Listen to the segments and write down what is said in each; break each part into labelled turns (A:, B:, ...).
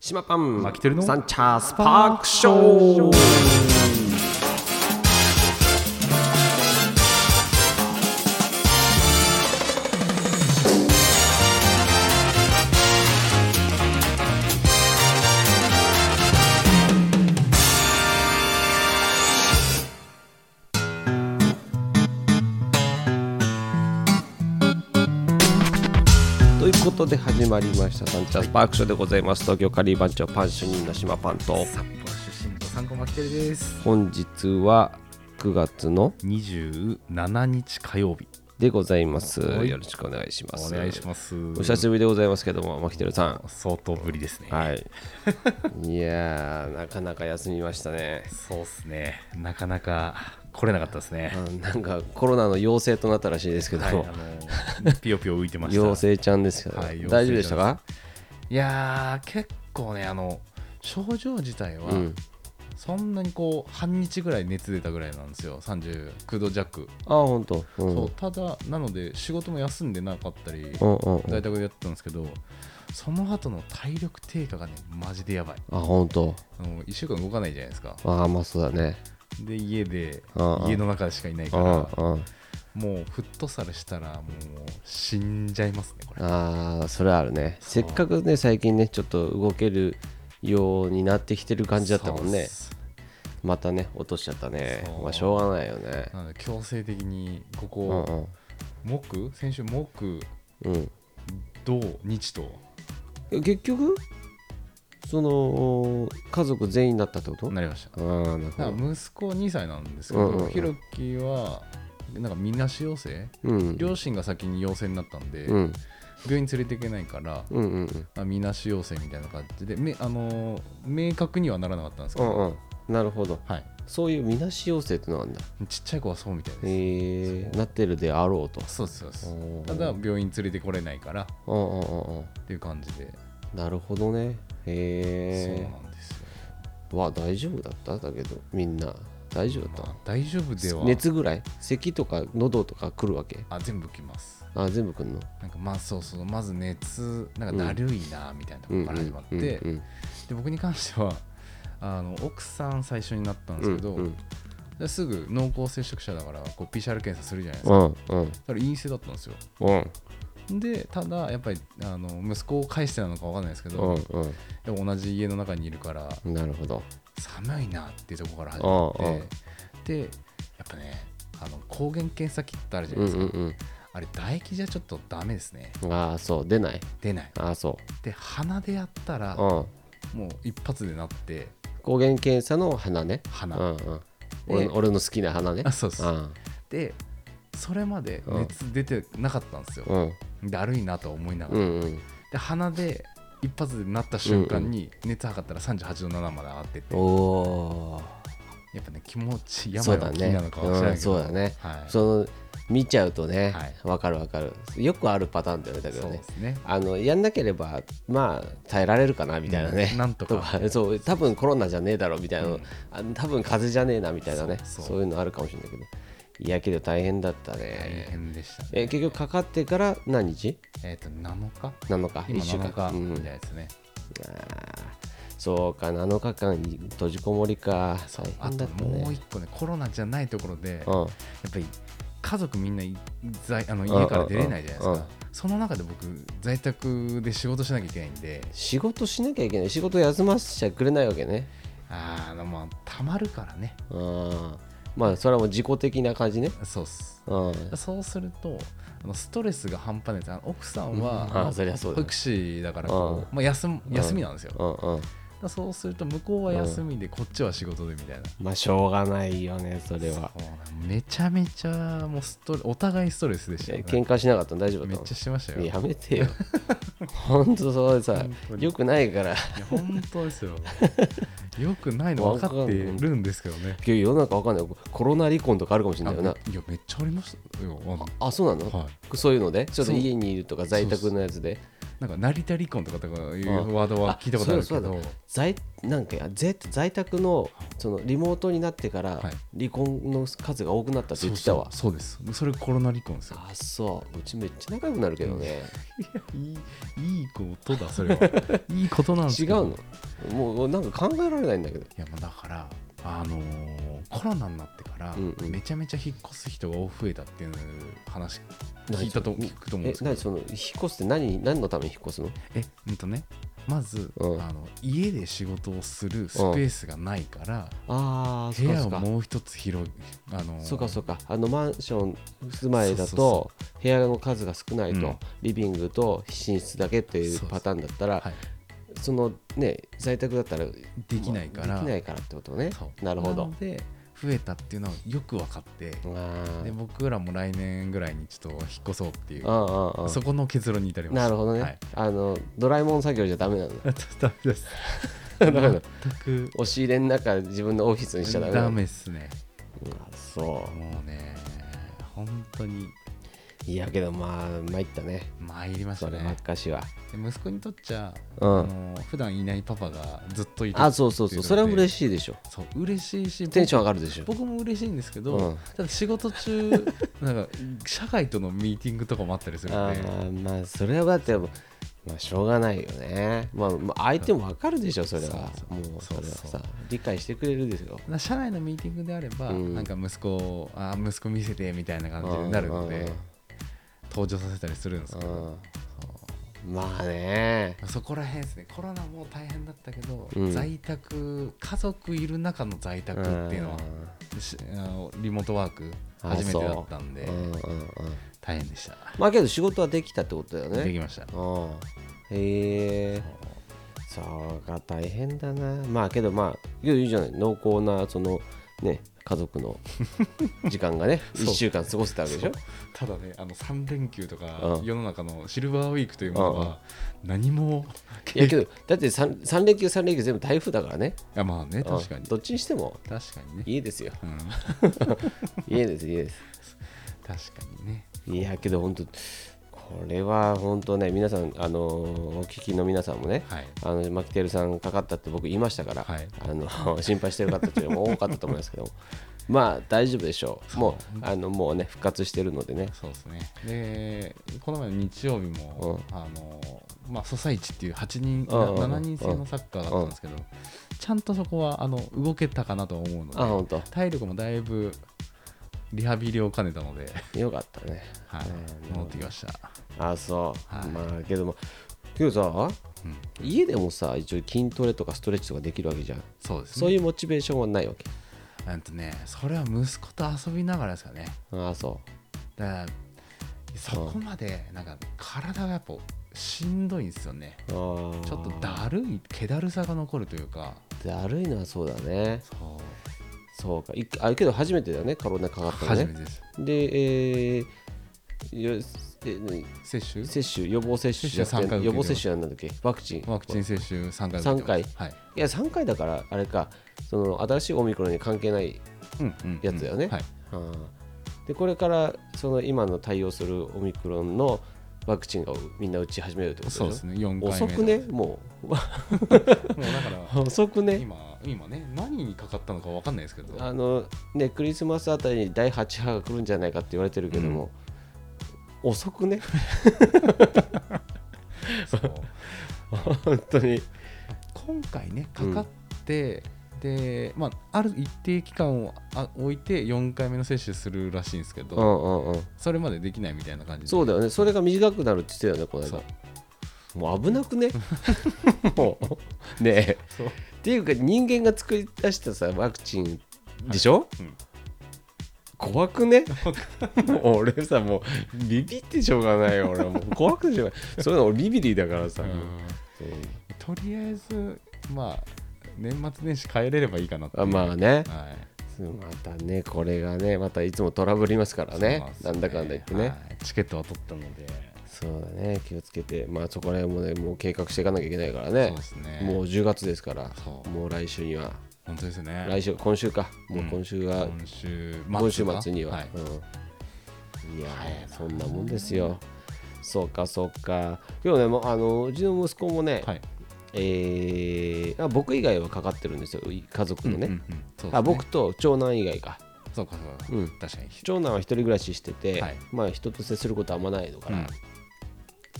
A: 島パン
B: マキテルの
A: サンチャースパークショーということで始まりましたサンチャースパークショーでございます東京カリー番長パン主任の島パンと
B: 札幌出身の参考マキテルです
A: 本日は9月の
B: 27日火曜日
A: でございます
B: はい
A: よろしくお願いしま
B: お
A: す
B: 願いします
A: お久しぶりでございますけどもマキテルさん
B: 相当ぶりですね、
A: はいいやーなかなか休みましたね
B: そうっすねなかなか来れなかったですね、
A: あなんかコロナの陽性となったらしいですけど、
B: はいあのピヨピヨ浮いてました
A: 陽性ちゃんですけど、
B: はい
A: 大丈夫でしたか
B: いやー結構ねあの症状自体は、
A: うん
B: そんなにこう半日ぐらい熱出たぐらいなんですよ39度弱、
A: ああ本当うん
B: そうただなので仕事も休んでなかったり、
A: うんうんうん
B: 在宅でやってたんですけどその後の体力低下がねマジでやばい
A: あ本当
B: あの1週間動かないじゃないですか
A: ああまあそうだね
B: で家で
A: ああ
B: 家の中しかいないから
A: あああ
B: もうフットサルしたらもう死んじゃいますねこれ
A: ああそれあるね
B: そ
A: せ
B: う
A: っかくね最近ねちょっと動けるようになってきてる感じだったもんね
B: そうっす
A: またね落としちゃったね
B: そう
A: まあしょうがないよね
B: なので強制的にこ
A: うん
B: こ木先週木
A: うんうん
B: 土日と
A: え結局その家族全員だったってこと
B: なりました
A: ああなるほ
B: だ
A: ど
B: から息子2歳なんですけど、
A: うんうんうん
B: ひろきはなんかみなし陽性
A: うん
B: 両親が先に陽性になったんで、
A: うん
B: 病院連れていけないから、
A: うんうんうん
B: まあ、みなし陽性みたいな感じで、めあのー明確にはならなかったんですけ
A: う
B: ど、
A: んうんなるほど
B: はい、
A: そういうみなし要請ってのなんだ
B: ちっちゃい子はそうみたいです。
A: えー、なってるであろうと
B: そうですそうです
A: おー
B: ただ病院連れてこれないから
A: うんうんうんうん
B: っていう感じで、
A: なるほどねへ
B: そうなんですよ。
A: えわ大丈夫だっただけどみんな大丈夫だった、
B: まあ大丈夫では
A: 熱ぐらい咳とか喉とか来るわけ
B: あ全部来ます。
A: あ全部来んの
B: なんかまあそうそうまず熱なんかだるいなみたいなとこ
A: うんう
B: ろ
A: ん
B: から始まって、
A: うん
B: で僕に関しては あの奥さん最初になったんで
A: う
B: す
A: ん
B: けど、
A: うん
B: ですぐ濃厚接触者だからこう PCR 検査するじゃないです
A: う
B: か。
A: んうん
B: だから陰性だったんですよ。
A: うん
B: でただやっぱりあの息子を返してなのかわかんないですけど、
A: うんうん
B: でも同じ家の中にいるから
A: なるほど
B: 寒いなっていうところから始まって、
A: うんうん
B: でやっぱねあの抗原検査キットあるじゃな
A: う
B: い
A: ん
B: ですか、
A: うん
B: あれ唾液じゃちょっとダメですね
A: うんああそう出ない
B: 出ない
A: ああそ
B: で鼻でやったら
A: ううん
B: もう一発でなって
A: 抗原検査の花ね
B: 鼻、
A: うんうん俺の
B: で
A: 俺の好きな花ね
B: あそうです
A: あ
B: でそれまで
A: うん
B: 熱出てなかったんですよ
A: あ、うん
B: だるいなとは思いなが
A: う
B: ら、
A: んうん
B: で鼻で一発でなった瞬間に熱測ったら38度7まで上がってて、
A: お
B: やっぱね気持ち
A: そ
B: 病
A: う
B: は
A: だ
B: 気に
A: ね
B: なのかもしれないけど、
A: うんそうだね
B: はい、
A: その見ちゃうとね
B: はい
A: わ、かるわかるよくあるパターンだよねだけ
B: そ
A: ど
B: う
A: ね
B: ですね
A: あのやんなければまあ耐えられるかなみたいなね、
B: うんなんとか
A: そう多分コロナじゃねえだろみたいな、
B: うん
A: あ多分風邪じゃねえなみたいなねそ
B: そううそう
A: いうのあるかもしれないけどいやけど大変だった
B: 大
A: ね
B: 変でした、ね、
A: え結局かかってから何日
B: えっ、と7日
A: なのか
B: 今
A: 1週間
B: 7日
A: うん
B: みたいですね、
A: そうか7日間閉じこもりか
B: そう
A: 大
B: あ
A: 変だ
B: と
A: った
B: もう
A: ね
B: 一個ねコロナじゃないところで、やっ
A: うん
B: ぱり家族みんない在あの家から出れないじゃないですか、
A: うんうんうん
B: その中で僕在宅で仕事しなきゃいけないんで
A: 仕事しなきゃいけない仕事休ませちゃくれないわけね
B: ああまあたまるからね
A: うんまあそれはもう自己的な感じね
B: そうっす
A: うん
B: そうするとあのストレスが半端ないですあの奥さんは、
A: うん
B: ま
A: あそりゃそうだね
B: 福祉だからこう、まあ、休む休みなんですよ、だか
A: うんうん
B: らそうすると向こうは休みで、こっちは仕事でみたいな
A: まあしょうがないよねそれは
B: そうなんめちゃめちゃもうストレお互いストレスでした
A: え
B: よ、
A: 喧
B: ね、
A: 嘩しなかったの大丈夫
B: め
A: だ
B: っ
A: っ
B: ち
A: た
B: ゃしてましたよ
A: の
B: いや
A: やめてよ ほんとそうさ
B: 本当に
A: よくないから
B: 本当で すよよくないの分かってるんですけどね
A: 今日世の中わかんないコロナ離婚とかあるかもしれないよない
B: やめっちゃありましたよあの
A: あそうなの
B: は
A: そういうのでちょっと
B: そう
A: 家にいるとか在宅のやつで
B: なんか成田離婚とかとかい
A: あ
B: うワードは聞いたことあるけ
A: そうだそ
B: ど
A: うだ在なんかや在在宅のそのリモートになってから
B: はい
A: 離婚の数が多くなったって言ってたわ
B: そうそうそうですそれコロナ離婚 ですよ
A: あそううちめっちゃ仲良くなるけどね
B: いやいいいいことだそれは いいことなんです
A: 違う
B: けど
A: のもうなんか考えられないんだけど
B: いやまあだからあのーコロナになってから
A: うんうん
B: めちゃめちゃ引っ越す人が増えたっていう話聞いたと聞くと思うん
A: え
B: ですけど
A: 何その引っ越すって何何のために引っ越すの
B: えうんとねまず、
A: うん
B: あの家で仕事をするスペースがないから、
A: ああ
B: 部屋をもう一つ広げあのー
A: そうかそうかあのマンション住まいだ
B: そう
A: と部屋の数が少ないと、
B: うん
A: リビングと寝室だけっていうパターンだったら
B: はい、
A: そのね在宅だったら
B: できないから
A: できないからってことね
B: そう
A: なるほど
B: ので増えたっていうのはよく分かって、
A: あー
B: で僕らも来年ぐらいにちょっと引っ越そうっていう
A: ああああ
B: そこの結論に至りました
A: なるほどね、
B: はい、
A: あのドラえもん作業じ ゃダ メなの
B: ダメです
A: ダメなの
B: 全 く
A: 押し入れの中自分のオフィスにしちゃダメなの
B: ダメっすね
A: うんあそ
B: もうね本当に
A: ういやけどまあ参ったね
B: 参りまし
A: そ
B: た
A: れば
B: ね
A: っかしは、
B: で息子にとっちゃ、
A: うん
B: あの普段いないパパがずっといる
A: あそうそうそうそれは嬉
B: い
A: しいでしょ
B: そう嬉しいし
A: テンション
B: ン
A: 上がるでしょ
B: 僕も嬉しいんですけど、
A: うん
B: ただ仕事 中なんか社外とのミーティングとかもあったりする
A: あ
B: んで
A: ーまあそれはだってまあしょうがないよね、まあ、まあ相手もわかるでしょそれは
B: そうそう
A: もうそれはさ
B: そうそう
A: 理解してくれるですよ
B: な社内のミーティングであれば、
A: うん
B: なんか息子をあー息子見せてみたいな感じになるので登場させたりするんです
A: う
B: け
A: んう
B: ど、
A: んうんまあね
B: そこら辺ですねコロナも大変だったけど、
A: うん
B: 在宅家族いる中の在宅っていうのは、しあのリモートワーク
A: あ
B: 初めてだったん
A: う
B: で
A: んうんうん
B: 大変でした、
A: まあけど仕事はできたってことだよ
B: で
A: ね
B: きました
A: うんへえそうか大変だなまあけどまあいいじゃない濃厚なそのね家族 の時間がね
B: そう
A: 1週間過ごせたわけでしょ
B: ただねあの3連休とか、
A: うん
B: 世の中のシルバーウィークというもの
A: うんうん
B: は何も
A: いやけど、だって 3, 三連休、3連休全部台風だからね。
B: いやまあね確か
A: うん
B: に
A: どっちにしても、
B: 確かにね、
A: 家ですよ。
B: うん、
A: 家です、家です。
B: 確かにね
A: いやけど、本当、これは本当ね、皆さん、あのお聞きの皆さんもね、
B: はい
A: あのマキテルさんかかったって僕言いましたから、
B: はい
A: あの 心配してる方っていうのも多かったと思いますけど も、まあ大丈夫でしょう。もう、あのもうね、復活してるのでね。
B: そうですねでこの前の日曜日も、あのまあ、ソサイチっていう8人、な
A: うんうんうん
B: 7人制のサッカーだったんですけど、ちゃんとそこはあの動けたかなとは思う
A: あ、
B: の
A: 本当
B: で、体力もだいぶリハビリを兼ねた ので、
A: よかったね。
B: はい
A: うん
B: 戻ってきました、
A: あ、そう。
B: はい
A: まあけども、けどさ、
B: うん、
A: 家でもさ、一応筋トレとかストレッチとかできるわけじゃん。
B: そうです
A: そう
B: ね
A: いうモチベーションはないわけ。
B: なんとねそれは息子と遊びながらですかね
A: ああ、そ
B: だからそこまでなんか体がやっぱしんどいんですよね
A: う。ああ
B: ちょっとだるい気だるさが残るというか
A: だるいのはそうだね。
B: そう
A: そうか。いあけど初めてだよね、コロナかかったの
B: 初め
A: ね。
B: てです
A: で、えーよえ
B: 接種
A: 接種、予防接種じゃな
B: 接
A: く
B: 種三
A: て
B: 回受けてます
A: 予防接種なんだっけワクチン。
B: ワクチン接種3回
A: 三回
B: はい、
A: いや、3回だから、あれか、その新しいオミクロンに関係ない。
B: うんうんうん
A: やつだよね
B: はい、
A: あーで、これから、その今の対応するオミクロンのワクチンがみんな打ち始めるってことでし
B: そ
A: ょ
B: うですね4回目
A: 遅くね、も
B: もうだか
A: う。 遅く
B: ら
A: ね。
B: 今今ね何にかかったのかわかんないですけど
A: あのね、クリスマスあたりに第8波が来るんじゃないかって言われてるけども、遅くね
B: そう
A: 本当に
B: 今回ねかかって、でまあ、ある一定期間をあ置いて4回目の接種するらしいんですけ
A: う
B: ど、
A: んうんうん
B: それまでできないみたいな感じで
A: そうだよねそれが短くなるって言ってたよねこ
B: そ
A: の
B: う
A: 間もう危なく ねもうねえ
B: そう
A: っていうか人間が作り出したさワクチンでしょ、
B: うん
A: 怖くね もう俺さもうビビってしょうがないよ俺はもう怖くてしょうがないそういうの俺ビビリだからさ、
B: うん
A: そう
B: とりあえずまあ年末年始帰れればいいかなっていう
A: あまあね、
B: はい
A: またね、これがね、またいつもトラブりますからね、
B: そう
A: なん
B: です
A: だかんだ言ってね、
B: はいチケットは取ったので
A: そうだね、気をつけて、まあそこら辺もね、もう計画していかなきゃいけないからね
B: そうで、すね
A: もう10月ですから、
B: そう
A: もう来週には、
B: 本当ですね
A: 来週、今週か、もう今週は、
B: 今週末か
A: 今週末には、
B: はい
A: うんいやー
B: 早いな
A: そんなもんですよ。そうかそうか今日ねもうあのうちの息子もね、
B: はい
A: えーあ僕以外はかかってるんですよい家族のね,、
B: うんうんうんそうですね
A: あ僕と長男以外か、
B: そうかそうか、
A: うん
B: 確かに
A: 長男は一人暮らししてて、
B: はい
A: まあ人と接することはあんまないのから、
B: うん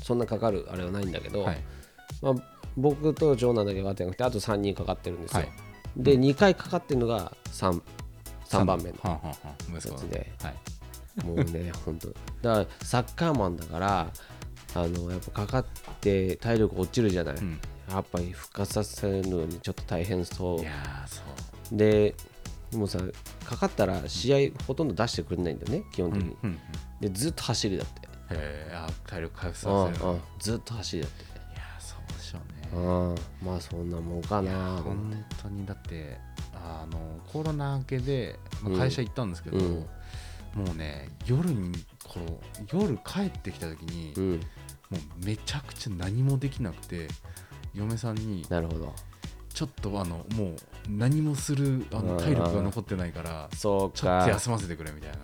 A: そんなかかるあれはないんだけど、
B: はい
A: まあ、僕と長男だけかかってなくてあと3人かかってるんですよ、
B: はい
A: で2回かかってるのが 3, 3番目の
B: はんはんはん息
A: や
B: 子
A: つ
B: の
A: で
B: はい
A: もうね 本当だからサッカーマンだからあのやっぱかかって体力落ちるじゃない、
B: うん
A: やっぱり復活させるのにちょっと大変そ
B: いやーそう
A: うでもうさかかったら試合ほとんど出してくれないんだよね基本
B: う
A: 的に、
B: ん うんうん
A: でずっと走りだって
B: へーあ体力回復
A: うんう
B: させるい
A: んずっと走りだって
B: やーそうでしょうね
A: うんまあそんなもんかな
B: 本当にだってあのコロナ明けで、ま
A: う
B: あ
A: ん
B: 会社行ったんですけど、
A: うん
B: もうね夜にこの夜帰ってきた時に、
A: う
B: も
A: ん
B: うめちゃくちゃ何もできなくて嫁さんに
A: なるほど
B: ちょっとあのもう何もするあ
A: あ
B: の
A: ー
B: 体力が残ってないから
A: そう
B: ちょっと
A: か
B: 休ませてくれみたいな、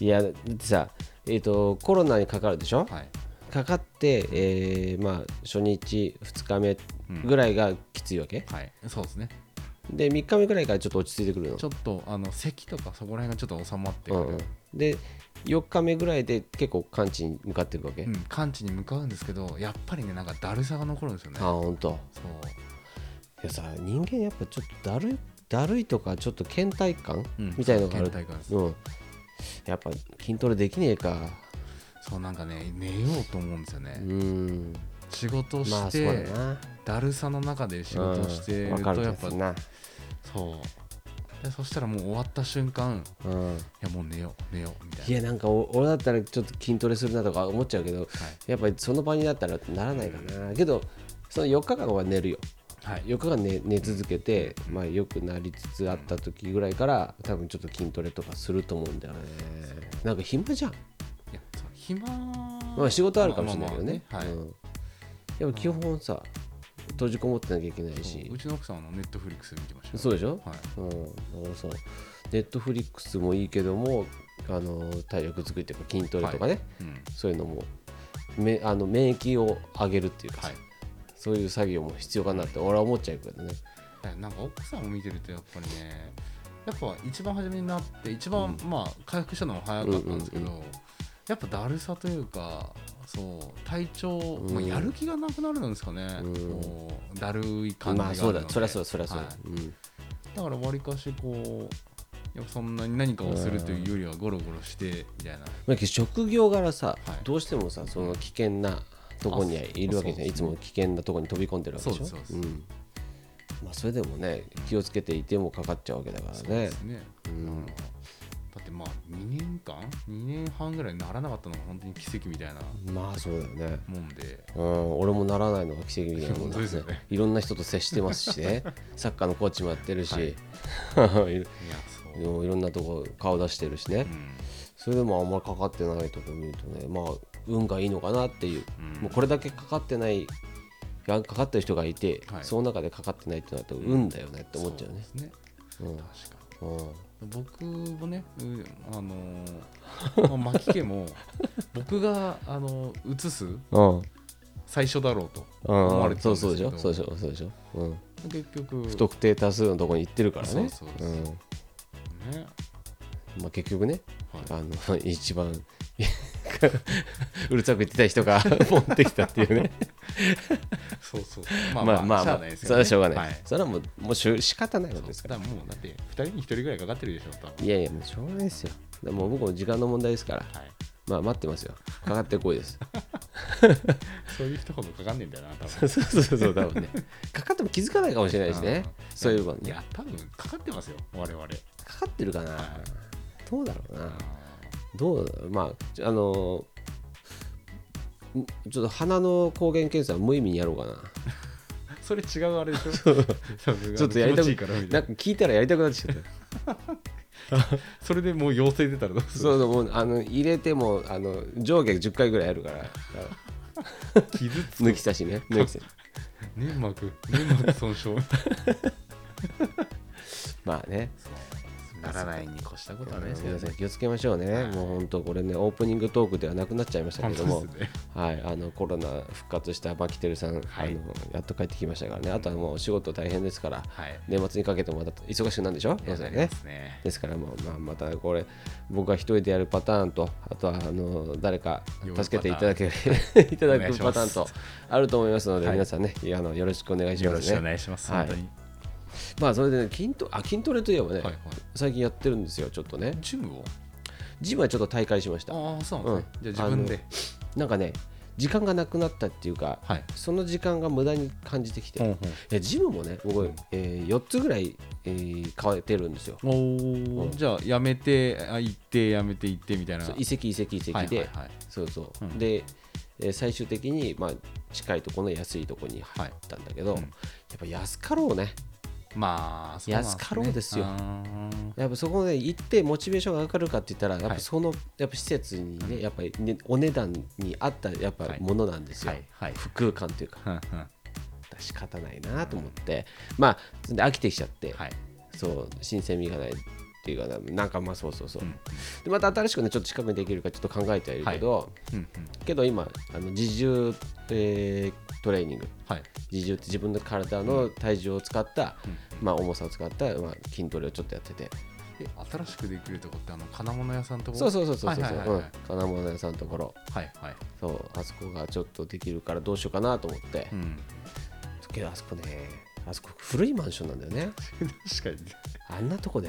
A: いやだってさえっ、とコロナにかかるでしょ
B: はい
A: かかって、えーまあ初日2日目
B: うん
A: ぐらいがきついわけ、
B: はい、そうですね
A: で3日目ぐらいからちょっと落ち着いてくるの
B: ちょっとあの咳とかそこら辺がちょっと収まってく
A: う
B: る、
A: んうんで4日目ぐらいで結構完治に向かっていくわけ、
B: うん完治に向かうんですけどやっぱりねなんかだるさが残るんですよね
A: あほんと
B: そう
A: いやさ人間やっぱちょっとだるいだるいとかちょっと倦怠感、
B: うん
A: みたいのがある
B: 倦怠感です
A: うん、やっぱ筋トレできねえか
B: そうなんかね寝ようと思うんですよ
A: う
B: ね、
A: ん
B: 仕事
A: ま
B: し
A: あそうだ
B: て、
A: な
B: だるさの中で仕事をし
A: う
B: て
A: ん
B: る
A: わか
B: と
A: る
B: や
A: や
B: っぱ、
A: つな、
B: そうでそしたらもう終わった瞬間
A: うん、
B: いやもう寝よう寝ようみたい
A: い
B: な
A: やなんかお俺だったらちょっと筋トレするなとか思っちゃうけどやっぱりその場になったらならないかなけどその4日間は寝るよ
B: はい、はい、
A: 4日間寝寝続けて、まあ、良くなりつつあった時ぐらいから多分ちょっと筋トレとかすると思うんだよねなんか暇じゃん、
B: いやそう暇
A: ま
B: ま
A: あ、仕事あるかもしれないけどね
B: あまあまあはい
A: うんやっぱ基本さ閉じこもってなきゃいけないし
B: そううちの奥さんはネットフリックス見てました
A: そうでしょ、
B: は
A: う
B: い
A: ん、だからさネットフリックスもいいけどもあの体力作りというか筋トレとかね、
B: うん
A: そういうのもめあの免疫を上げるっていうかさ、
B: はい
A: そういう作業も必要かなって俺は思っちゃうけどね
B: だからなんか奥さんを見てるとやっぱりねやっぱ一番初めになって一番、まあ回復したのも早かったんですけど、
A: うんう
B: やっぱだるさというかそう体調、
A: ん
B: まあ、やる気がなくなるんですかね、
A: うん
B: こうだるい感じ
A: ま
B: があ
A: あ
B: る
A: そ
B: の
A: う
B: で
A: だそりゃそうだそりゃそうだ、
B: は
A: うん
B: いだからわりかしこうやっぱそんなに何かをするというよりはゴロゴロしてみたいな、
A: まあ、職業柄さ、
B: はい
A: どうしてもさその危険なとこにはいるわけじゃん、
B: あそう
A: いつも危険なとこに飛び込んでるわけでしょ
B: そうですそううで
A: んまあ、それでもね気をつけていてもかかっちゃうわけだから
B: そう
A: ね
B: ですね、
A: うん
B: だってまあ2年間2年半ぐらいならなかったのが本当に奇跡みたいな
A: まあそうだよね
B: もんで
A: うん、俺もならないのが奇跡みたいなもんだ
B: 本当ですよね
A: いろんな人と接してますし ねサッカーのコーチもやってるし、い る
B: いやそう、
A: いろんなとこ顔出してるしね、
B: うん
A: それでもあんまりかかってないとこ見るとねまあ運がいいのかなっていう、
B: うん
A: もうこれだけかかってないがかかってる人がいて、
B: はい
A: その中でかかってないってなると運だよねって思っちゃうね
B: そですね
A: う
B: 確か
A: ん、うん、
B: に僕もねうあのーまあ牧 家も僕があの移す
A: うん
B: 最初だろうと思わ
A: う
B: れ
A: ん、
B: てた
A: そ
B: ん
A: う
B: ですけ
A: そう
B: ど
A: でしょそうでしょそうでしょ、うん、
B: 結局
A: 不特定多数のとこに行ってるからね
B: そうそうそう
A: うん
B: ね、
A: まあ、結局ね
B: はい
A: あの 一番うるさく言ってた人が 持ってきたっていうね
B: そうそう
A: ま
B: ま
A: あ
B: あ
A: ま
B: ま
A: あまあ、
B: あしゃあないですよ、ね、
A: それはしょうがない、
B: はい
A: それはもうもうしゅ仕方ないことです
B: そ
A: から
B: うだからもうだって2人に1人ぐらいかかってるでしょ多分
A: いやいや、もうしょうがないですよ。でも僕も時間の問題ですから、
B: はい
A: まあ待ってますよ。かかってこいです。
B: そういう人ほどかかんねえんだよな 多
A: そう
B: 分
A: そうそうそう、多分ね。 かかっても気づかないかもしれないしね。そういうこと
B: い
A: ね。
B: や多分かかってますよ我々
A: かかってるかな。どうだろう
B: あ
A: な
B: ー。
A: どうだろうまあ、ちょあのーんちょっと鼻の抗原検査は無意味にやろうかな。
B: それ違うあれでしょちょ
A: ちょっとやりたく
B: いいからみた い
A: な
B: なん
A: か聞いたらやりたくなってきちゃった。
B: それでもう陽性出たらどうする
A: そうそう、もうあの入れてもあの上下10回ぐらいやる から。
B: 傷つ
A: 抜き差しね。抜き差し。
B: 粘膜粘膜損傷
A: まあね。
B: ならないに越したことはないですけど
A: 皆さん
B: ね。
A: 気をつけましょうね、
B: はい
A: もう本当これねオープニングトークではなくなっちゃいましたけども
B: 本、当ですね
A: はい、あのコロナ復活したバキテルさん、
B: はい
A: あのやっと帰ってきましたからねあとはもうお仕事大変ですから
B: はい。
A: 年末にかけてもまた忙しくなるんでしょ皆さん
B: やり
A: ね
B: ますね。
A: ですからもう、まあ、またこれ僕が一人でやるパターンとあとはあの誰か助けていただけ いただくパターン
B: お願い
A: と
B: し
A: あると思いますので、
B: はい
A: 皆さんねあのよろしくお願いし
B: よ
A: ま
B: ろし
A: す
B: くお
A: ね。
B: 願いします。
A: はい
B: 本当に。
A: まあそれで、ね、筋トあ筋トレといえばね、
B: はいはい。
A: 最近やってるんですよちょっとね
B: ジムを
A: ジムはちょっと大会しました
B: ああ、そうなんですね。じゃあ自分で。
A: なんかね時間がなくなったっていうか、
B: はい。
A: その時間が無駄に感じてきて、
B: ほ
A: い
B: ん
A: やジムもね僕、え4つぐらい、えー変えてるんですよ
B: ほんお
A: う
B: お。
A: ん
B: じゃあ、やめて、あ行って、やめて、行ってみたいな。
A: そう移籍移籍移籍で、
B: はいはいはい。
A: そうそう、
B: うん
A: で、えー最終的に、まあ、近いところの安いところに入ったんだけど、
B: はいうん
A: やっぱ安かろうね
B: まあ、そうなんね
A: 安かろうですよ
B: あー
A: やっぱそこで行ってモチベーションが上がるかって言ったらやっ
B: は
A: ぱ
B: い
A: その、やっぱ施設にねやっぱり、ね、お値段に合ったやっぱ
B: はい
A: ものなんですよ、
B: はいはい。
A: 不空間というか
B: ふんふんは
A: 仕方ないなと思って、まあそれで飽きてきちゃって、
B: い。
A: そう新鮮味がないっていうかななんかまあそうそうそう、
B: うん
A: でまた新しくねちょっと近くにできるかちょっと考えてはいるけど、
B: うんうん
A: けど今あの自重、えートレーニング
B: はい。
A: 自重って自分の体の体重を使った、
B: うん
A: まあ、重さを使った、まあ、筋トレをちょっとやってて
B: え新しくできるとこってあの金物屋さんとこ
A: そうそうそうそうそう
B: はいはいはいはい
A: うん金物屋さんのところ
B: はいはい
A: そうあそこがちょっとできるからどうしようかなと思って、
B: うん
A: けどあそこねあそこ古いマンションなんだよね
B: 確かに
A: あんなとこで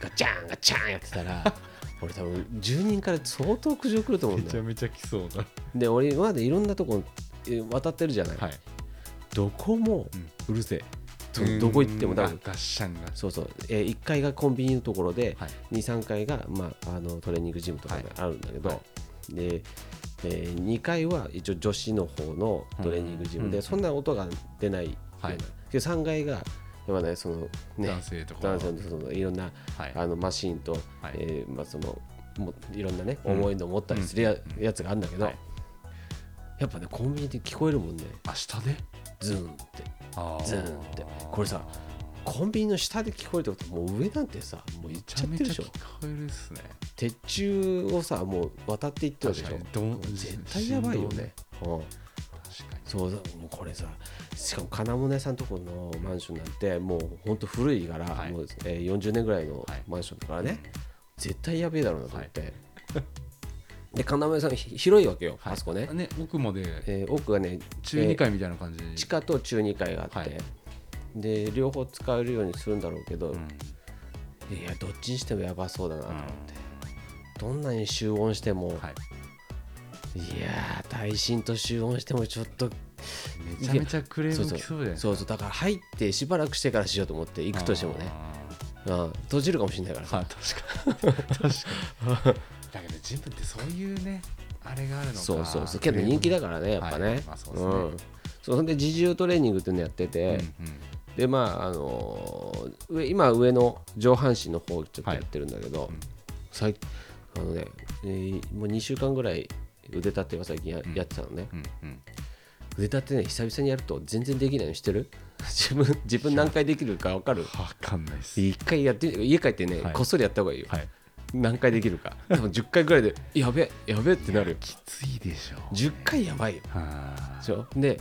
A: ガチャンガチャンやってた ら俺多分住人から相当苦情来ると思うん
B: め
A: だ
B: ちゃ
A: よ
B: めちゃ来そうだ
A: で俺今までいろんなとこえ渡ってるじゃない、
B: はい
A: どこもうるせえ、
B: う
A: どどこ行ってもだ
B: んガッシャンガッシ
A: そうそう、え1階がコンビニのところで、
B: ャンはい
A: 23階が、まあ、あのトレーニングジムとかが
B: はい
A: あるんだけど、
B: は
A: でえ2階は一応女子の方のトレーニングジムで、
B: うん
A: そんな音が出ないような、
B: はい
A: けど3階がやっぱねそのね
B: 男性とか
A: 男性のそのいろんな
B: はい
A: あのマシンと、
B: はい
A: えーまあ、そのもいろんなね
B: うん
A: 重いの持ったりするや,、
B: うん
A: つがあるんだけど、
B: はい
A: やっぱねコンビニで聞こえるもんね
B: あ下で
A: ズーンって
B: あー
A: ズーンってこれさコンビニの下で聞こえるってこともう上なんてさもう行っ
B: め
A: ち
B: ち
A: ゃっ
B: ゃ
A: て
B: め
A: る
B: ち
A: で
B: ゃ
A: しょ
B: 聞こえるっすね
A: 鉄柱をさもう渡っていってるでし
B: 確かに
A: ょ
B: どん
A: 絶対やばいよね、うん、
B: 確かに
A: そうだもうこれさしかも金物屋さんとこのマンションなんてもうほんと古いから、
B: はい
A: もう、えー40年ぐらいの
B: はい
A: マンションだからね、絶対やべえだろうなと思って、で金物屋さんひ広いわけよ、
B: はい
A: あそこね、
B: ね奥まで
A: えー奥がね
B: 中二階みたいな感じ
A: えー地下と中2階があって、
B: はい
A: で両方使えるようにするんだろうけど、
B: うん
A: いやどっちにしてもやばそうだなと思って、
B: う
A: どんなに集音しても、
B: んはい
A: い、やー耐震と集音してもちょっと
B: めちゃめちゃクレーム来そうじゃないですか
A: そうそうだから入ってしばらくしてからしようと思って行くとしてもね、うん、閉じるかもしれないからさ
B: あーはい確かに確かにだけどジムってそういうねあれがあるのか
A: そうそうそうけど人気だからねやっぱね,、
B: はいまあそうですね
A: んそうそんで自重トレーニングっていうのやってて、
B: うんうん
A: でまああのー上今上の上半身の方をちょっとやってるんだけど、
B: いうん
A: 最あのね、えーもう2週間ぐらい腕立ては最近や,、
B: うん
A: やってたのね
B: うんうん
A: 腕立てね久々にやると全然できないの してる自分自分何回できるか分かる
B: わかんないっす
A: 一回やってみて家帰ってね、
B: はい
A: こっそりやった方がいいよ、
B: はい
A: 何回できるか多分10回ぐらいでやべえやべえってなるよ
B: きついでしょう
A: 10回やばいよ
B: は
A: でし
B: ー
A: ょで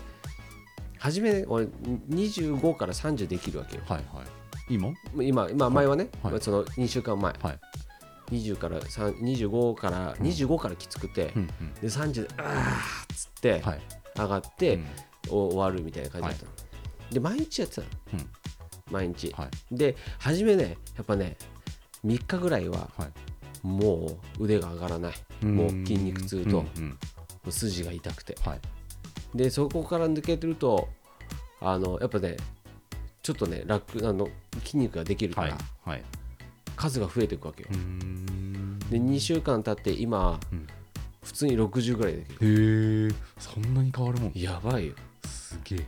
A: 初めね俺25から30できるわけよ
B: はいはい今
A: 今今前はね、
B: はいはい
A: その2週間前
B: はい
A: 20から3 25から25からきつくて、
B: うんうん
A: で30であーっつって
B: はい
A: 上がって、
B: うん
A: お終わるみたいな感じだったの、で毎日やってたの
B: うん
A: 毎日、
B: はい
A: で初めねやっぱね3日ぐらいは
B: はい
A: もう腕が上がらないもう筋肉痛と
B: うんうん
A: 筋が痛くて
B: はい
A: でそこから抜けてるとあのやっぱねちょっとね楽あの筋肉ができるか
B: はい
A: ら
B: はい
A: 数が増えていくわけよ、
B: うーん
A: で2週間経って今、
B: うん
A: 普通に60ぐらいできる
B: へえそんなに変わるもん
A: やばいよ
B: すげえ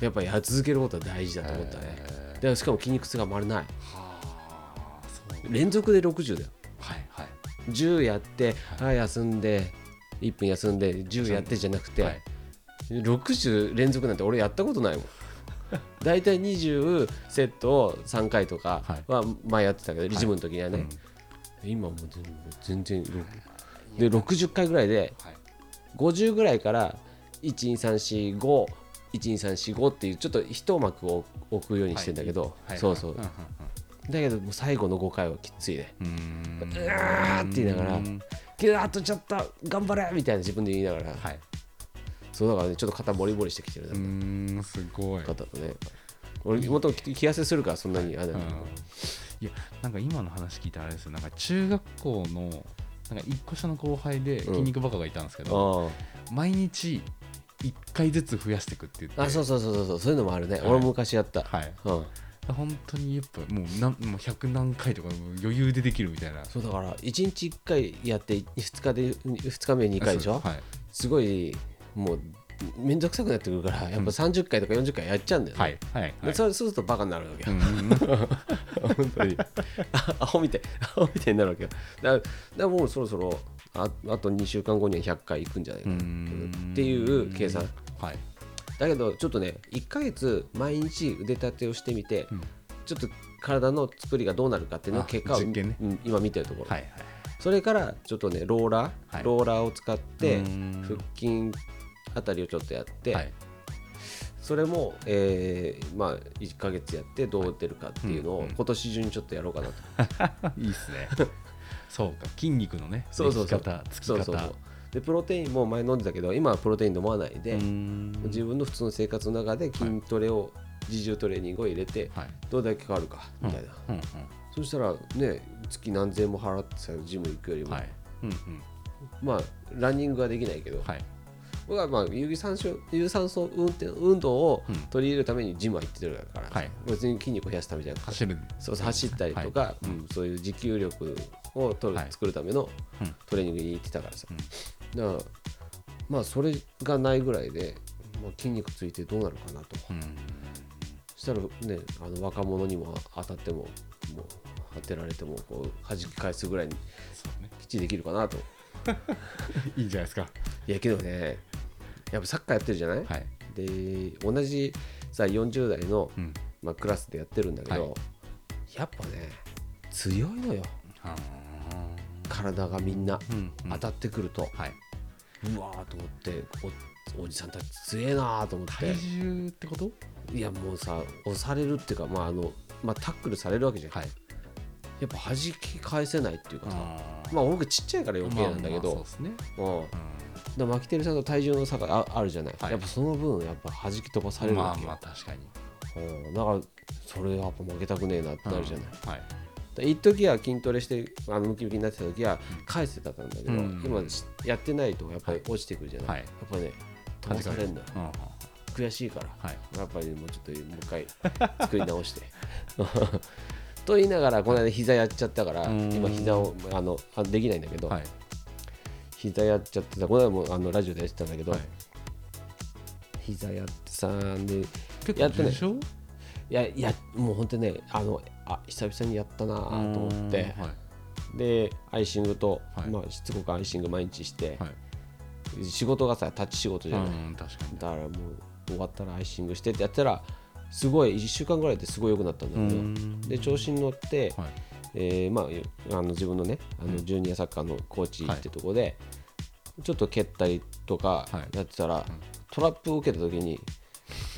A: やっぱやり続けることは大事だと思ったね
B: へー
A: でしかも筋肉痛があまりない
B: はあそう
A: 連続で60だよ
B: はいはい
A: 10やって、ああ休んで1分休んで10やってじゃなくて、
B: はい
A: 60連続なんて俺やったことないもん大体20セットを3回とかは前やってたけど、リジムの時にはね、今もう全然全然で60回ぐらいで
B: はい
A: 50ぐらいから123451234っていうちょっと一幕を置くようにしてんだけど、
B: はい
A: そうそう
B: はい
A: だけどもう最後の5回はきついね
B: うんうんうん
A: うわーって言いながら
B: うん
A: けどあとちょっと頑張れみたいな自分で言いながら、
B: はい
A: そうだからねちょっと肩ボリボリしてきてる
B: うーんすごい、うん、
A: 肩とね俺もともと気痩せするからそんなにあれだけど
B: いやなんか今の話聞いたらあれですよなんか中学校のなんか一個下の後輩で
A: うん
B: 筋肉バカがいたんですけど、
A: あ
B: 毎日一回ずつ増やしていくって言って
A: ああそうそうそうそうそういうのもあるね、
B: はい
A: 俺も昔やった、
B: はい
A: うん、
B: 本当にやっぱもうなんもう100何回とかもう余裕でできるみたいな
A: そうだから1日1回やって2日で2日目2回でしょ、
B: はい
A: すごいもう面倒くさくなってくるからやっぱ30回とか40回やっちゃうんだよね、
B: はいはいはい
A: それそうするとバカになるわけ
B: う
A: よ、
B: んうんうん
A: 本当にあ アホみたいアホみたいになるわけよだからだからもうそろそろああと2週間後には100回いくんじゃないかな っていう計算
B: はい
A: だけどちょっとね1ヶ月毎日腕立てをしてみて、
B: うん
A: ちょっと体の作りがどうなるかっていうのを
B: あ
A: 結果を、
B: 実験ね
A: うん今見てるところ、
B: はいはい
A: それからちょっとねローラー、
B: はい
A: ローラーを使って
B: うーん
A: 腹筋あたりをちょっとやって、
B: はい
A: それも、えーまあ、1ヶ月やってどう出るかっていうの
B: うん
A: を
B: うん
A: 今年中にちょっとやろうか なと、
B: いいっすね そうか筋肉のね
A: そうそうそう
B: でき方つき方
A: そうそうそうでプロテインも前飲んでたけど今はプロテイン飲まないで、
B: うーん
A: 自分の普通の生活の中で筋トレを、自重トレーニングを入れて
B: はい
A: どれだけ変わるかみたいな、
B: うん
A: そしたらね月何千円も払ってさジム行くより
B: うん
A: も、
B: はいうんうん
A: まあランニングはできないけど、
B: はい
A: 僕はまあ有酸素有酸素運転運動を
B: うん
A: 取り入れるためにジムは行ってるから、
B: はい
A: 別に筋肉を増やすためじゃなくて
B: 走る
A: そうそう走ったりとか、
B: は
A: うんそういう持久力を取る、
B: はい
A: 作るための
B: うん
A: トレーニングに行ってたからさ、
B: うん
A: だからまあそれがないぐらいで、まあ、筋肉ついてどうなるかなと
B: うん
A: したらねあの若者にも当たってももう当てられてもこう弾き返すぐらいに
B: そうね
A: きっちりできるかなと
B: いいんじゃないですか
A: いやけどねやっぱサッカーやってるじゃない、
B: はい
A: で同じさ40代の、
B: うん
A: まあ、クラスでやってるんだけど、
B: はい
A: やっぱね強いのよ
B: あ
A: 体がみんな、
B: ーうんうん
A: 当たってくると
B: はいう
A: わーと思っておおじさんたち強えなーと思って
B: 体重ってこと
A: いやもうさ押されるっていうか、まああのまあ、タックルされるわけじゃん、
B: はい
A: やっぱ弾き返せないっていうかさ
B: あー
A: まあ僕ちっちゃいから余計なんだけ
B: まあまあそう
A: ど、
B: ですね
A: うんだからマキテルさんと体重の差がああるじゃない、
B: はい
A: やっぱその分やっぱ弾き飛ばさ
B: う
A: れ
B: ん
A: る
B: ま
A: わ
B: あ
A: けよ、
B: まあ確かに
A: うん、だからそれやっぱ負けたくねえなってなるじゃない、
B: うんはい
A: で一時は筋トレしてあのムキムキになってた時は返せたんだけど、
B: うん
A: 今しやってないとやっぱり
B: は
A: 落ちてくるじゃない、
B: はい
A: やっぱね飛ばされるのよ
B: うんうん
A: 悔しいから
B: はい
A: やっぱりもうちょっともう一回作り直して と言いながらこの間膝やっちゃったから
B: うん
A: 今膝をあのあできないんだけど、
B: はい
A: 膝やっちゃってさこの間もあのラジオでやってたんだけど、
B: はい
A: 膝やってさで
B: 結
A: や
B: 構
A: ってない
B: 重症
A: いやいやもう本当ねあのあ久々にやったなと思って。
B: うんはい
A: でアイシングと、
B: はい
A: まあ、しつこくアイシング毎日して、
B: はい
A: 仕事がさ立ち仕事じゃない、
B: うん確かに
A: だからもう終わったらアイシングしてってやったらすごい1週間ぐらいですごい良くなったんだけど、で調子に乗って、
B: はい
A: えーまあ、あの自分のねあのジュニアサッカーのコーチってとこで、ちょっと蹴ったりとか
B: はい
A: やってたら、トラップを受けた時に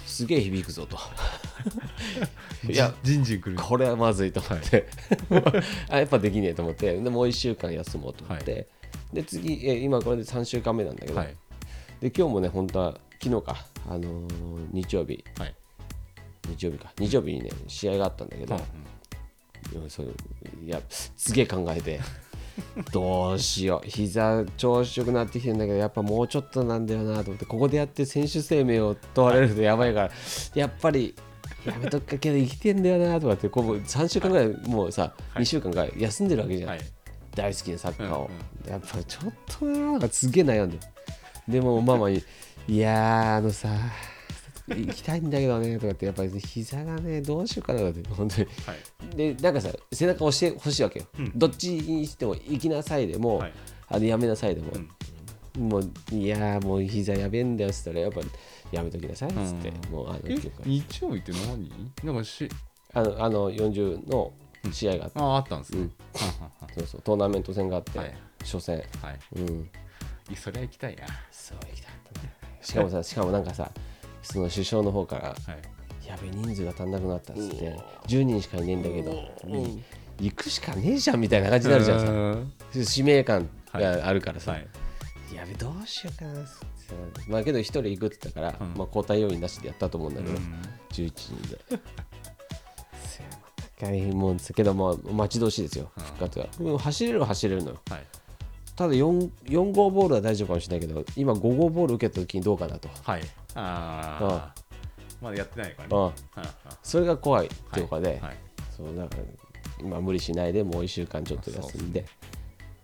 A: すげえ響くぞといや
B: じんじんくる
A: これはまずいと思って、 あやっぱできねえと思ってでもう1週間休もうと思って、で次え今これで3週間目なんだけど、
B: はい
A: で今日もね本当は昨日か、あのー日曜日
B: はい
A: 日曜日か日曜日にね試合があったんだけど、うんそういやすげえ考え てどうしよう膝調子よくなってきてんだけどやっぱもうちょっとなんだよなと思ってここでやって選手生命を問われるとやばいからやっぱりやめとくかけど生きてんだよなとかってこう3週間ぐらいもうさ、2週間ぐらい休んでるわけじゃん、
B: はい
A: 大好きなサッカーを、
B: う
A: やっぱちょっとななんかすげえ悩んででもママに「いやーあのさ行きたいんだけどね」とかってやっぱり膝がねどうしようかなとかって本当に
B: はい
A: でなんかさ背中押してほしいわけよ、どっちにしても行きなさいでも、
B: はい
A: あのやめなさいでも、
B: うん
A: もういやーもう膝やべえんだよっつったらやっぱやめときなさいっつって、
B: うん
A: もうあの
B: え
A: 結構
B: 日曜日って何なんかし
A: あのあの40の試合があって、
B: あああったんですね、
A: うんそうそうトーナメント戦があって、
B: はい
A: 初戦
B: はい
A: うん
B: いやそりゃ行きたいなは
A: そう行きたかったねしかもさしかもなんかさその首相の方から
B: い
A: やべ人数が足んなくなったっつって10人しかいねえんだけどい行くしかねえじゃんみたいな感じになるじゃんさ使命感があるからさ、
B: はい
A: やべどうしようかなっつってまあけど一人行くって言ったから、
B: うん
A: まあ、交代要員なしでやったと思うんだけど、
B: うん
A: 11人 でせや高いもんですけどまあ待ち遠しいですよ
B: うん
A: 復活が、うん走れるは走れるのよ
B: はい
A: ただ 4, 4号ボールは大丈夫かもしれないけど今5号ボール受けた時にどうかなと、
B: はいああまだやってないのからね
A: うん、
B: はい
A: それが怖いっていうかで、
B: はい
A: そうだから今無理しないでもう1週間ちょっと休んで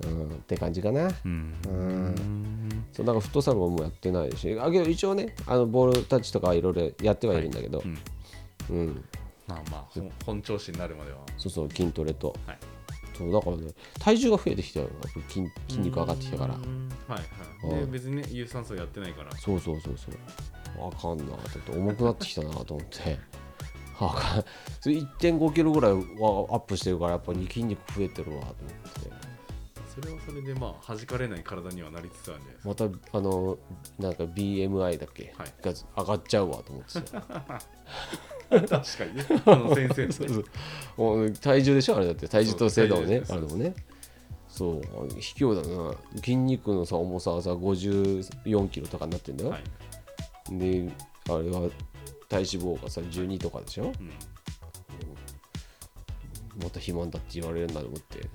A: うんって感じかな
B: うん
A: うんそうだからフットサルももうやってないしあけど一応ねあのボールタッチとかはいろいろやってはいるんだけど、
B: うん
A: うん、
B: まあまあほん本調子になるまでは
A: そうそう筋トレと
B: はい
A: そうだからね体重が増えてきたよ筋筋肉上がってきたから
B: うんはいはい
A: は
B: で
A: い
B: 別にね有酸素やってないから
A: そうそうそうそうあかんなと思って重くなってきたなと思ってあかんそれ1 5キロぐらいはアップしてるからやっぱり筋肉増えてるわと思って
B: それはそれでまあ弾かれない体にはなりつつあるんじゃないです
A: またあのなんか BMI だっけ、
B: はい
A: が上がっちゃうわと思ってさ
B: か確かにねあの先生
A: そう
B: と
A: そ
B: ね
A: うもう体重でしょあれだって体重と精度もねあ
B: そ
A: れ
B: う体重
A: もねそう卑怯だな筋肉のさ重さはさ54キロとかになってんだよ、
B: はい
A: であれは体脂肪がさ12とかでしょ
B: うん
A: また肥満だって言われるんだと思って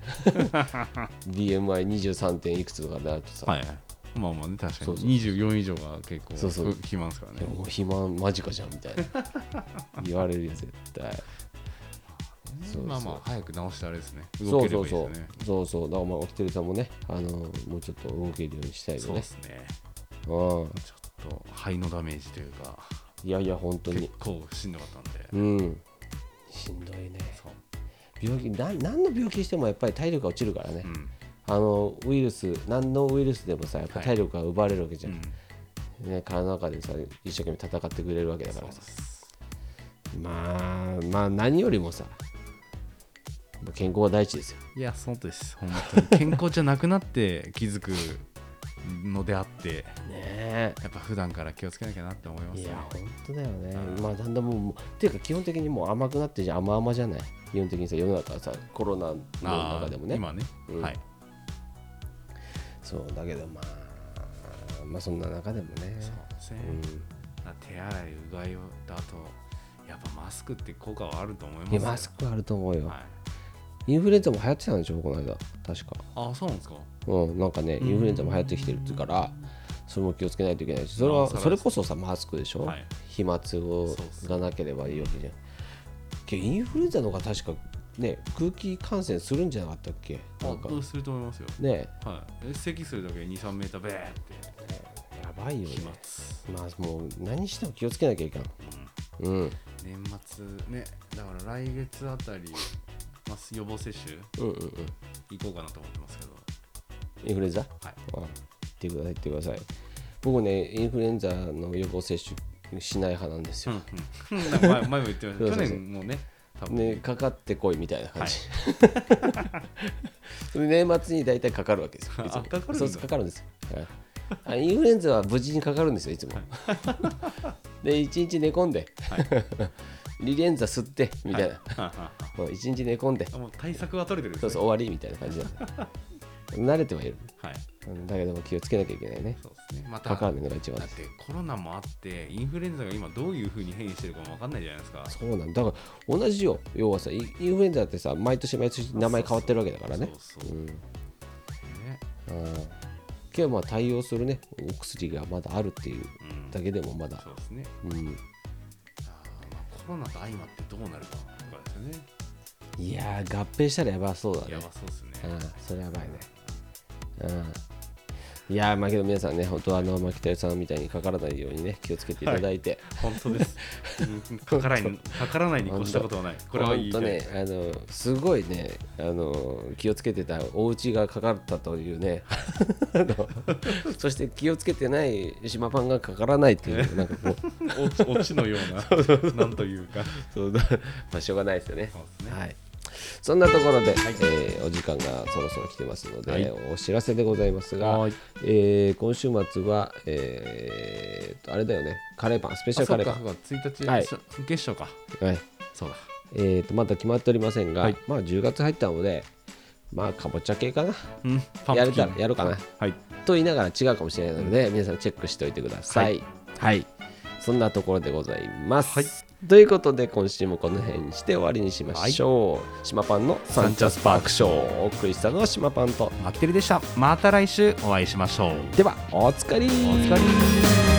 A: BMI23 点いくつとかになるとさ、
B: はいはいまあまあね確か
A: そう
B: に
A: そう
B: 24以上が結構
A: そうそう
B: きますから
A: いや
B: ね
A: もう肥満間近じゃんみたいな言われるよ絶対そうそう
B: まあまあ早く直してあれですね動
A: そ
B: け
A: う
B: れ
A: そ
B: ば
A: う
B: いいです
A: そ
B: よ
A: う
B: ね
A: そうそうだからまあお一人さんもねあのもうちょっと動けるようにしたい
B: そ
A: よ
B: うで
A: ね
B: すね
A: うん
B: ちょっと肺のダメージというか
A: いやいや本当
B: 結
A: に
B: 構しんどかったんで
A: うんしんどいね
B: そう
A: 病気な何の病気してもやっぱり体力が落ちるからね、
B: うん
A: あのウイルス何のウイルスでもさやっぱ
B: はい
A: 体力が奪われるわけじ
B: う
A: ゃん、
B: ん
A: ね、体の中でさ一生懸命戦ってくれるわけだか
B: そう
A: らさ
B: です
A: まあまあ何よりもさ健康が第一ですよ
B: いやそうです本当に健康じゃなくなって気づくのであって
A: ねえ
B: やっぱ普段から気をつけなきゃなって思います
A: い
B: ね
A: や本当だよね
B: うん
A: まあだんだんもうもうっていうか基本的にもう甘くなってじゃ甘々じゃない基本的にさ世の中はさコロナの
B: あ
A: 中
B: ー
A: でもね
B: 今ね
A: うん
B: はい
A: そうだけどまあまあそんな中でもね
B: そうですねだから手洗いうがいをだとやっぱマスクって効果はあると思いま
A: うん
B: す
A: いや
B: よ
A: マスクはあると思うよ、
B: はい
A: インフルエンザも流行ってたんでしょこの間確か
B: あそうなんですか
A: うん、なんかね、インフルエンザも流行ってきてるっていうから、それも気をつけないといけないし、それは
B: なおさらです
A: それこそさ、マスクでしょ、
B: はい
A: 飛沫を
B: そうそう
A: がなければいいわけじゃん。けどインフルエンザの方が確か、ね、空気感染するんじゃなかったっけなんか
B: あすると思いますよ
A: ね、
B: はいえ咳するだけで23メーターベーって
A: やばいよね
B: 飛。沫
A: まあ、もう何しても気をつけなきゃいかん。うん、
B: 年末ねだから来月あ たり、まあ、予防接種
A: うん、うん、うん。
B: 行こうかなと思ってますけど
A: インフルエンザ
B: はい
A: あ言ってください、言ってください。僕ね、インフルエンザの予防接種しない派なんですよ。
B: うんうん、なん か前前も言ってま
A: そう
B: した
A: そうそう
B: 去年もね多分
A: ね、かかってこいみたいな感じ、 それ年末に大体かかるわけですよいつも
B: あかかるんだ
A: そうそうかかるんですよ、はいあインフルエンザは無事にかかるんですよい つも、で一日寝込んで、 リレンザ吸ってみたいな、
B: はあはあは
A: もう一日寝込んで
B: あもう対策は取れてるん
A: そ
B: で
A: う
B: す
A: そう
B: ね
A: 終わりみたいな感じなんで慣れてはいる
B: はい
A: うんだけども気をつけなきゃいけないね
B: そうですねまた
A: かかるのが一番
B: だ
A: で
B: っ
A: す
B: てコロナもあってインフルエンザが今どういうふうに変異してるかも分かんないじゃないですか
A: そうなんだだから同じよ要はさインインフルエンザってさ毎年毎年名前変わってるわけだからね
B: そうそう、
A: うん
B: ね
A: うん今日まあ対応するねお薬がまだあるっていう
B: うん
A: だけでもまだ
B: そ、うですね
A: うん、
B: あーまあコロナと相まってどうなるかとかですよね
A: いやー合併したらやばそうだね
B: やばそうですね
A: うんそれやばいね、うん、いやーまあけど皆さんね本当はあの牧田さんみたいにかからないようにね気をつけていただいて、
C: 本当です。うんかからない、かからないに越したことはない。これは
A: 本
C: いい
A: 当ね。あのすごいねあの気をつけてたお家がかかったというねあのそして気をつけてない島パンがかからないっていうなんかこう
C: 落ち落ちのよ うな、なんというか。
A: そうだまあしょうがないですよね
C: そうですね
A: はいそんなところで、えーお時間がそろそろ来てますので、
C: はい
A: お知らせでございますが
B: はい、
A: えー今週末は、えーあれだよねカレーパンスペシャ
B: あ
A: ル
B: そ
A: カ
B: っ
A: レー
B: か
A: パ
B: そっか1日、
A: はい
B: しょ月初か
A: ン、はい
B: そうだ
A: えー、とまだ決まっておりませんが、
B: はい
A: まあ10月入ったのでまあかぼちゃ系かな
B: うんパン
A: や
B: プ
A: れ
B: キ
A: たら
B: ン
A: やるかな
C: はい。
A: と言いながら違うかもしれないので、皆さんチェックしておいてくださいはい、そんなところでございます、ということで今週もこの辺にして終わりにしましょう、島パンのサンチャスパークショーお送りしたのは島パンと
B: マッテルでしたまた来週お会いしましょう
A: ではおつかりお
B: お疲れ